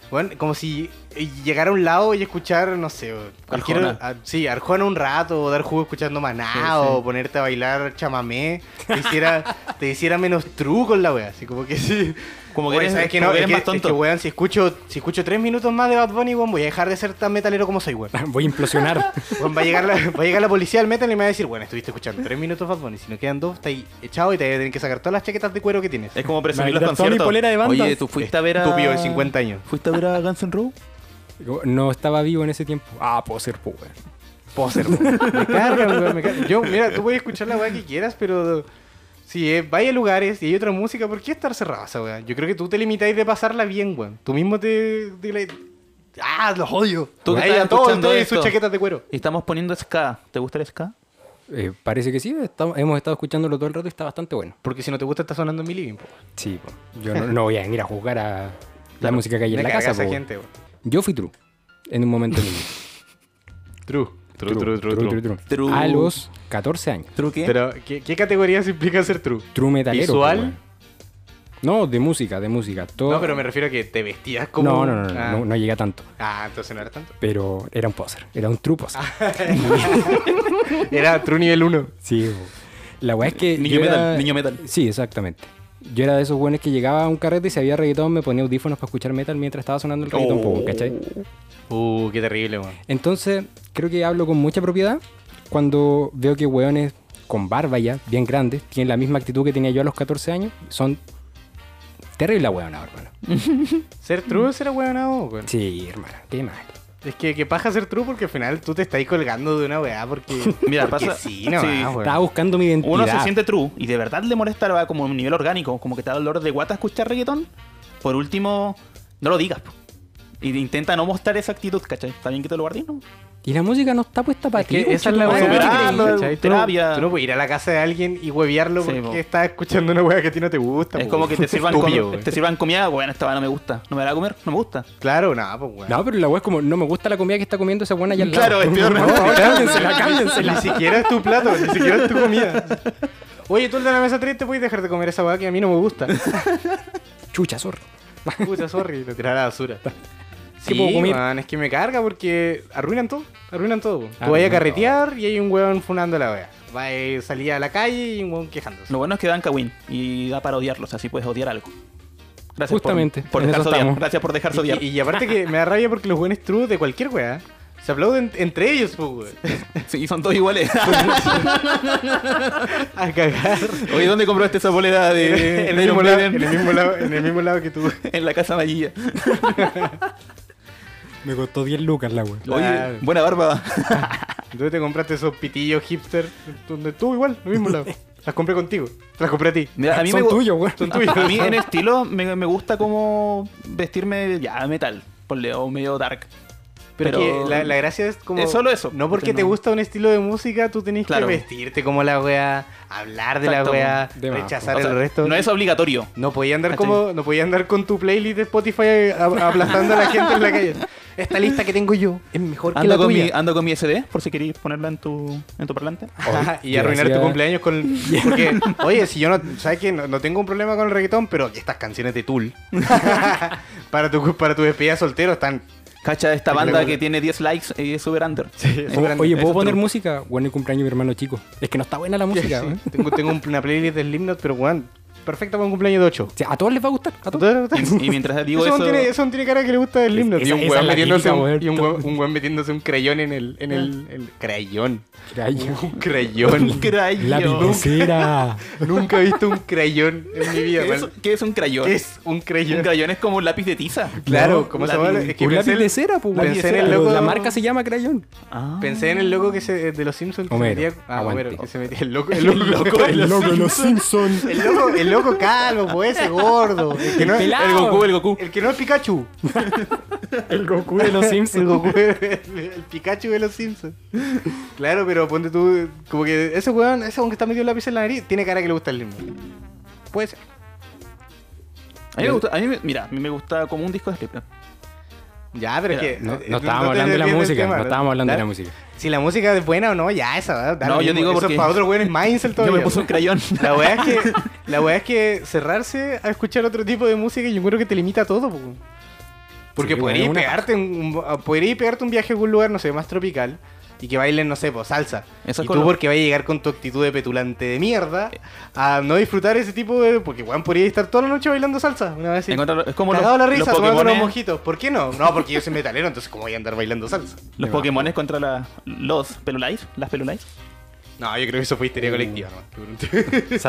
A: Bueno, como si eh, llegar a un lado y escuchar, no sé, cualquier-
H: Arjona.
A: ah, sí, Arjona un rato, o dar jugo escuchando maná, o ponerte a bailar chamamé, te hiciera, te hiciera menos trucos la wea, así como que sí.
H: Como que
A: Oye,
H: eres,
A: ¿sabes qué?
H: como que
A: es
H: eres
A: que-
H: más
A: es
H: tonto.
A: que, weón, si escucho, si escucho tres minutos más de Bad Bunny, weón, voy a dejar de ser tan metalero como soy, weón.
E: Voy a implosionar.
A: Weón, va, a llegar la, va a llegar la policía del metal y me va a decir, bueno, estuviste escuchando tres minutos Bad Bunny, si no quedan dos, está ahí echado y te voy a tener que sacar todas las chaquetas de cuero que tienes.
H: Es como
E: Me
H: presumir
E: voy a
H: los
E: quitar toda mi
H: conciertos.
E: polera de banda.
H: Oye, tú fuiste a ver a...
A: Estúpido de 50 años.
H: ¿Fuiste a ver a Guns N' Roses?
E: No estaba vivo en ese tiempo. Ah, puedo ser pobre.
A: Poser, weón. Me cargan, weón, me cargan. Yo, mira, tú puedes escuchar la weá que quieras, pero si eh, vaya a lugares y hay otra música, ¿por qué estar cerrado esa weá? Yo creo que tú te limitáis de pasarla bien, weón. Tú mismo te. te la- ¡Ah, los odio!
H: Tú que
A: Ahí
H: estás
A: a todos
H: escuchando
A: ustedes sus
H: esto.
A: chaquetas de cuero.
H: Estamos poniendo ska. ¿Te gusta el ska?
E: Eh, parece que sí, estamos- hemos estado escuchándolo todo el rato y está bastante bueno.
A: Porque si no te gusta, está sonando en mi living, po.
E: Sí, po. yo no, no voy a ir a juzgar a la música que hay
A: Me
E: en la
A: carga
E: casa.
A: esa
E: po.
A: gente, weón.
E: Yo fui true en un momento en mi vida.
A: True. True, true, true, true.
H: True.
E: A los 14 años.
H: ¿Truque?
A: Pero, ¿qué, qué categorías implica ser true?
E: True metalero. po,
A: ¿Visual?
E: weón. No, de música, de música. Todo...
A: No, pero me refiero a que te vestías como.
E: No, no, no, no,
A: ah.
E: no, no llegué a tanto.
A: Ah, entonces no era tanto.
E: Pero era un poser, era un true poser.
A: Ah. Era true nivel 1.
E: Sí, po. La weá es que.
H: Niño
E: yo
H: metal,
E: era-
H: niño metal.
E: Sí, exactamente. Yo era de esos buenos que llegaba a un carrete y se había reggaetón, me ponía audífonos para escuchar metal mientras estaba sonando el reggaetón, po, ¿cachai?
A: Uh, qué terrible, weón.
E: Entonces, creo que hablo con mucha propiedad cuando veo que hueones con barba ya, bien grandes, tienen la misma actitud que tenía yo a los 14 años. Son terrible la hueona, hermano.
A: Ser true es ser ahueonado, weón.
E: Sí, hermano, qué mal.
A: Es que, que paja ser true porque al final tú te estás colgando de una weá porque.
D: Mira,
A: porque
D: pasa-
A: Sí, no,
D: sí.
A: weón.
E: Estaba buscando mi identidad.
D: Uno se siente true y de verdad le molesta ¿verdad? como a un nivel orgánico, como que te da dolor de guata escuchar reggaetón. Por último, no lo digas. po. Y intenta no mostrar esa actitud, ¿cachai? Está bien que te lo guardes, ¿no?
E: Y la música no está puesta para
A: Es que
E: ti.
A: esa es la
E: conchetumare,
A: weá.
E: ¿qué
D: superarlo,
E: crees?
A: ¿cachai? Tú no-
D: terapia.
A: Tú no puedes ir a la casa de alguien y huevearlo
D: Sí,
A: porque
D: po.
A: estás escuchando una weá que a ti no te gusta.
D: Es
A: po,
D: como que
A: weón.
D: te sirvan, este
A: Estúpido,
D: com-
A: weón.
D: te sirvan comida, bueno, esta weá no me gusta. No me la voy a comer, no me gusta.
A: Claro, nada, pues weón.
E: No, pero la weá es como, no me gusta la comida que está comiendo esa buena allá al lado.
D: Claro, es peor,
E: No, cámbiensela,
A: Ni
E: cámbiensela.
A: siquiera es tu plato, ni siquiera es tu comida. Oye, tú el de la mesa 3 te puedes dejar de comer esa weá que a mí no me gusta.
E: Chucha, zorro.
A: Puta, sorry, lo tirar a la basura. Sí,
E: ¿Qué puedo comer?
A: man, es que me carga porque arruinan todo, Ah, arruinan todo. po. Tú vayas
E: Arruinan
A: a carretear y hay un weón funando a la wea. Va a salir a la calle y un weón quejándose.
D: Lo bueno es que dan Kawin y da para odiarlos, así puedes odiar algo. Gracias por-
E: Justamente,
D: por,
E: en
D: dejarse
E: eso
D: odiar.
E: estamos.
D: Gracias por dejarse
A: Y,
D: odiar.
A: y- y aparte que me da rabia porque los weones true de cualquier wea se aplauden entre ellos, po, weón.
H: Sí, son todos iguales.
A: A cagar.
H: Oye, ¿dónde compraste esa polera de
A: en,
H: de
A: el
H: Iron
A: mismo lado,
H: Maiden?
A: en el mismo lado- en el mismo lado que tú.
H: En la casa Maguilla.
E: Me costó 10 lucas la weá.
H: Oye, buena barba.
A: Entonces te compraste esos pitillos hipster donde tú igual, en el mismo lado. Las compré contigo, te las compré a ti.
D: Mira, a mí
E: Son
D: me gu-
E: tuyos, weón.
A: Son tuyas.
D: A mí en estilo me, me gusta como vestirme ya metal, ponle, o medio dark. Pero-
A: Pero, que la, la gracia es como.
D: Es solo eso.
A: No porque
D: Porque
A: te
D: no-
A: gusta un estilo de música, tú tenés
D: Claro.
A: que vestirte como la wea, hablar de
D: Exacto.
A: la wea,
E: De más,
A: rechazar
D: O sea,
A: el resto.
D: No es obligatorio.
A: No podía andar
D: ¿Cachai?
A: como. No podía andar con tu playlist de Spotify a- aplastando a la gente en la calle. Esta lista que tengo yo es mejor que
D: Ando
A: la
D: con, mi,
A: tuya.
D: ando con mi SD, por si queréis ponerla en tu, en tu parlante.
A: Ajá, y arruinar tu
E: Gracias.
A: cumpleaños con. Porque, oye, si yo no. ¿Sabes que no, no tengo un problema con el reggaetón, pero estas canciones de Tool. para, tu, para tu despedida soltero están.
D: Cacha esta
A: Aquí la
D: banda
A: guardo.
D: que tiene 10 likes y es super under.
E: O- Oye,
D: Eso
E: ¿puedo
D: es
E: poner
D: true.
E: música? Bueno, el cumpleaños de mi hermano chico. Es que no está buena la música.
A: Sí,
E: weón.
A: tengo tengo un- una playlist de Slipknot, pero weón, perfecta para un cumpleaños de 8.
E: O sea, a todos les va a gustar. A todos.
D: Y mientras digo
A: eso,
D: eso,
A: no tiene, eso no tiene cara que le gusta el himno.
E: Esa-
A: y un
E: esa
A: weón
E: es la
A: metiéndose,
E: típica,
A: un,
E: weón.
A: y un weón- un weón metiéndose un crayón en el. En el, el crayón.
E: Crayón.
A: Un crayón.
D: crayón.
E: La pipicera.
A: Nunca he visto un crayón en mi vida.
D: ¿Qué
A: man.
D: es, qué es un crayón?
A: ¿Qué es un crayón?
D: Un crayón es como un lápiz de tiza.
A: Claro,
E: No,
A: como se
D: lápiz-
A: llama. Es que
E: Un
A: pensé,
E: lápiz de cera, pues,
A: pensé
E: weón.
A: en el
E: Pero
A: loco-
E: La marca se llama Crayón.
D: Ah.
A: pensé en el loco que se, de los Simpsons que
E: Homero,
A: se metía. Ah,
E: aguante.
A: Homero, que se metía. El loco, el loco,
E: de los Simpsons.
A: El loco, el
H: loco calvo, pues ese gordo. El que no es,
E: pelado.
D: El Goku, el Goku.
H: el que no es Pikachu.
E: El Goku de los
H: El
E: Simpsons.
H: Goku, el, el Pikachu de los Simpsons. Claro, pero ponte tú, como que ese weón, ese weón que está metido el lápiz en la nariz, tiene cara que le gusta el limo. Puede ser.
D: A
H: Ah.
D: mí me gusta, a mí, me- mira, a mí me gusta como un disco de Slipknot.
H: Ya, pero es que.
E: No, no
H: eh,
E: estábamos
H: te
E: hablando de
H: desvíes
E: la
H: del
E: música,
H: tema,
E: no estábamos hablando de la
H: Claro.
E: música.
H: Si la música es buena o no, ya esa, ¿verdad? Da
D: No,
H: lo
D: yo
H: mismo.
D: digo
H: Eso
D: porque-
H: para otro weón es más incel
D: Yo
H: todavía.
D: me puse un crayón.
H: La weá es que, la weá es que cerrarse a escuchar otro tipo de música yo creo que te limita a todo. po. Porque
E: Sí,
H: podrías
E: bueno, una
H: pegarte, un, un- podrías pegarte un viaje a algún lugar, no sé, más tropical y que bailen, no sé, pues salsa.
D: Eso es
H: y
D: con
H: tú
D: lo-
H: porque vas a llegar con tu actitud de petulante de mierda a no disfrutar ese tipo de... Porque, weón, podrías estar toda la noche bailando salsa. Una vez así.
D: Encontrar- es como los,
H: Cagado la
D: los
H: risa, tomando unos
D: Pokémones,
H: mojitos. ¿Por qué no? No, porque yo soy metalero, entonces ¿cómo voy a andar bailando salsa?
D: los Pokémones contra la, los pelulais, las pelulais.
H: No, yo creo que eso fue histeria colectiva, ¿no?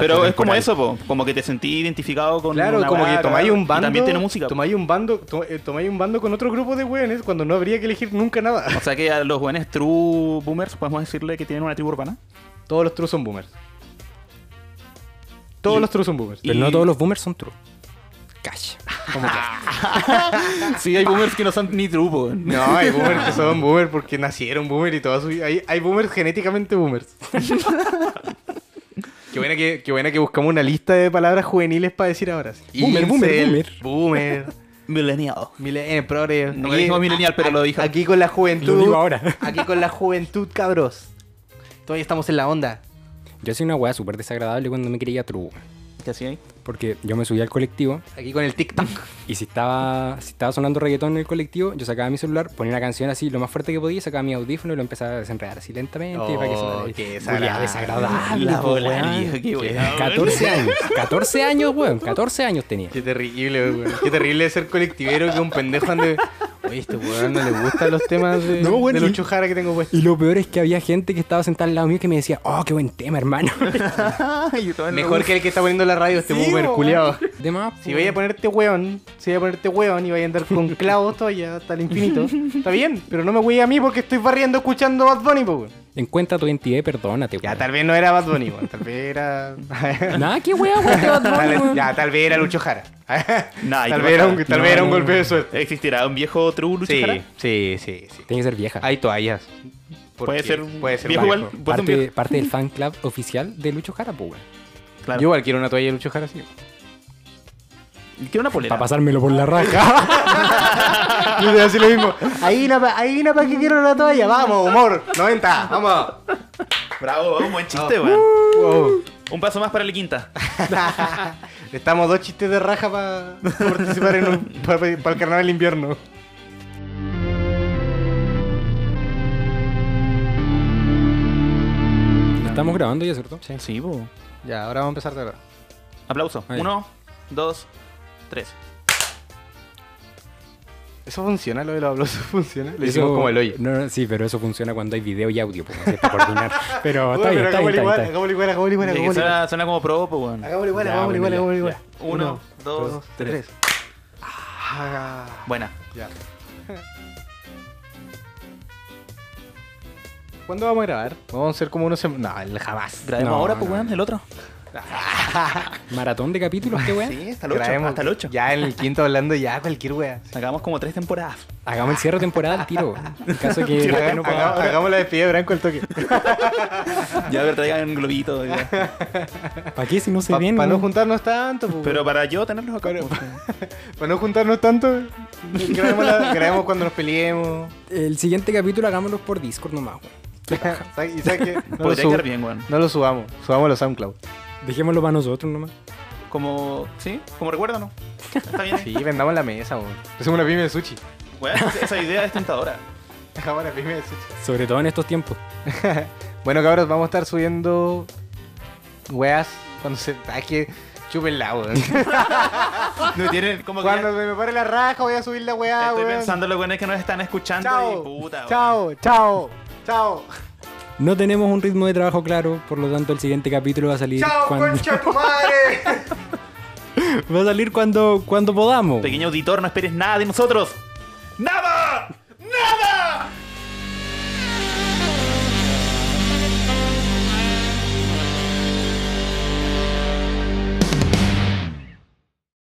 D: Pero es como eso, po, como que te sentí identificado con
H: Claro,
D: una
H: como
D: weá,
H: que tomáis
D: cagado,
H: un
D: y
H: bando.
D: También tiene música. po.
H: Tomáis un bando, to- eh, tomáis un bando con otro grupo de weones cuando no habría que elegir nunca nada.
D: O sea que a los jóvenes true boomers podemos decirle que tienen una tribu urbana.
H: Todos los true son boomers. Todos
D: Y-
H: los true son boomers.
E: Pero
D: Y-
E: no todos los boomers son true. Cash.
D: Sí, hay boomers que no son ni true, po.
H: No, hay boomers que son boomers porque nacieron boomers y todas sus. Hay, hay boomers genéticamente boomers. qué, buena que, qué buena que buscamos una lista de palabras juveniles para decir ahora. sí.
E: Boomer, boomer,
H: Incel, Boomer.
D: Millennial.
H: Milen, eh, progre.
D: No
H: Aquí-
D: lo dijimos millennial, pero lo dije.
H: Aquí con la juventud.
E: Lo digo ahora.
H: Aquí con la juventud, cabros. Todavía estamos en la onda.
E: Yo hacía una weá súper desagradable cuando me creía true. weón.
D: ¿Qué hacía ahí?
E: Porque yo me subía al colectivo
H: Aquí con el TikTok.
E: y si estaba, si estaba sonando reggaetón en el colectivo, yo sacaba mi celular, ponía una canción así lo más fuerte que podía, sacaba mi audífono y lo empezaba a desenredar así lentamente.
H: Oh,
E: para que sonara.
H: qué
E: Weá,
H: desagradable.
E: desagradable.
D: La
E: po,
D: bola,
E: weón.
D: viejo, qué weá.
E: 14 años. 14 años, weón. 14 años tenía.
H: Qué terrible, weón. Qué terrible ser colectivero que un pendejo ande. Oye, este weón no le gustan los temas de,
E: No, weón,
H: de
E: y-
H: Lucho Jara que tengo puesto.
E: Y lo peor es que había gente que estaba sentada al lado mío que me decía, oh, qué buen tema, hermano.
H: Mejor que el que está poniendo la radio, este boomer culiado.
E: De más,
H: Si
E: po.
H: vaya a ponerte weón, si vaya a ponerte weón y vaya a andar con clavos todavía hasta el infinito, está bien, pero no me voy a mí porque estoy barriendo escuchando Bad Bunny, po, weón.
E: Encuentra tu identidad y perdónate,
H: Ya,
E: weón.
H: tal vez no era Bad Bunny, weón. Tal vez era.
E: Nada, qué weá, weón. te va a tomar,
H: Tal-
E: weón.
H: ya, tal vez era Lucho Jara.
D: Nah, y
H: tal
D: qué
H: vez era un,
D: bacán.
H: tal vez era un golpe de suerte.
D: ¿Existirá un viejo true Lucho Jara?
H: sí, sí, sí.
E: Tiene que ser vieja.
H: Hay toallas.
D: Puede ser un
H: puede ser
D: viejo
H: viejo.
D: igual. Puede ser un
E: Parte,
D: viejo.
E: parte del fan club oficial de Lucho Jara, po, weón.
D: Claro.
H: Yo igual quiero una toalla de Lucho Jara, sí.
D: Quiero una polera.
E: Para pasármelo por la raja.
H: Yo te así lo mismo. Ahí una, pa- ahí una para que quiero una toalla. Vamos, humor. 90, vamos.
D: Bravo, un buen chiste, weón.
H: Wow.
D: Un paso más para la quinta.
H: Estamos dos chistes de raja para participar en un, para el carnaval del invierno.
E: Estamos grabando ya, ¿cierto? Sí.
D: Sí, po.
H: Ya, ahora vamos a empezar de verdad.
D: Aplauso.
E: Ahí.
D: Uno, dos, tres.
H: ¿Eso funciona? ¿Lo de los aplausos funciona? Lo
E: Eso-
H: hicimos como el hoyo.
E: No, no, sí, pero eso funciona cuando hay video y audio, po, así es para coordinar. Pero
H: Uy,
E: está
H: pero
E: bien, está
H: hagámoslo
E: bien, está
H: igual,
E: bien, está bien.
H: hagámoslo igual, hagámoslo igual,
D: Sí,
H: hagámoslo igual.
D: suena, suena como pro, po, weón.
H: Hagámoslo igual,
E: Ya,
H: hagámoslo
E: bueno,
H: igual,
E: ya,
H: hagámoslo igual.
E: ya.
D: Uno, dos,
H: tres. Ah,
D: Buena.
H: ¿Cuándo vamos a grabar? Vamos a ser como unos semanas. No, jamás.
D: Grabemos
E: No,
D: ahora, pues,
E: no,
D: weón, el otro.
E: Maratón de capítulos, qué weón.
D: hasta el ocho,
H: Grabemos
D: hasta el ocho.
H: Ya en el quinto hablando ya cualquier wea.
D: Sacamos como tres temporadas.
E: Hagamos el cierre de temporada al tiro, weón. En caso de que la
H: Haga-
E: gente no pueda-
H: haga- Hagamos la despedida de Branco al toque.
D: Ya, a ver, traigan un globito. ya.
E: ¿Para qué si no se
H: Para
E: ven?
H: no
E: weón?
H: juntarnos tanto. po.
D: Pero para yo tenerlos acá. pues,
H: Pero-
D: po.
H: Para no juntarnos tanto, grabemos, la- grabemos cuando nos peleemos.
E: El siguiente capítulo hagámoslo por Discord nomás, weón.
H: Sa- y sabes que no, lo
D: Podría
H: sub-
D: quedar bien, weón.
H: no lo subamos, subamos los SoundCloud.
E: Dejémoslo para nosotros nomás.
D: Como, ¿sí? Como recuerda, ¿no? Está bien.
H: Sí, vendamos la mesa, weón. Hacemos una pyme de sushi.
D: Weón, esa idea es tentadora.
H: Hagamos una pyme de sushi.
E: Sobre todo en estos tiempos.
H: Bueno, cabros, vamos a estar subiendo weas cuando se. Ah, es que chúpenla, weón.
D: No tienen como que.
H: Cuando
D: ya-
H: se me pare la raja, voy a subir la wea,
D: Estoy
H: weón.
D: pensando los weones que nos están escuchando
H: Chao.
D: y puta, weón.
H: Chao, chao, chao.
E: No tenemos un ritmo de trabajo claro, por lo tanto el siguiente capítulo va a salir
H: Chao,
E: cuando
H: concha tu madre.
E: va a salir cuando cuando podamos.
D: Pequeño auditor, no esperes nada de nosotros. ¡Nada! ¡Nada!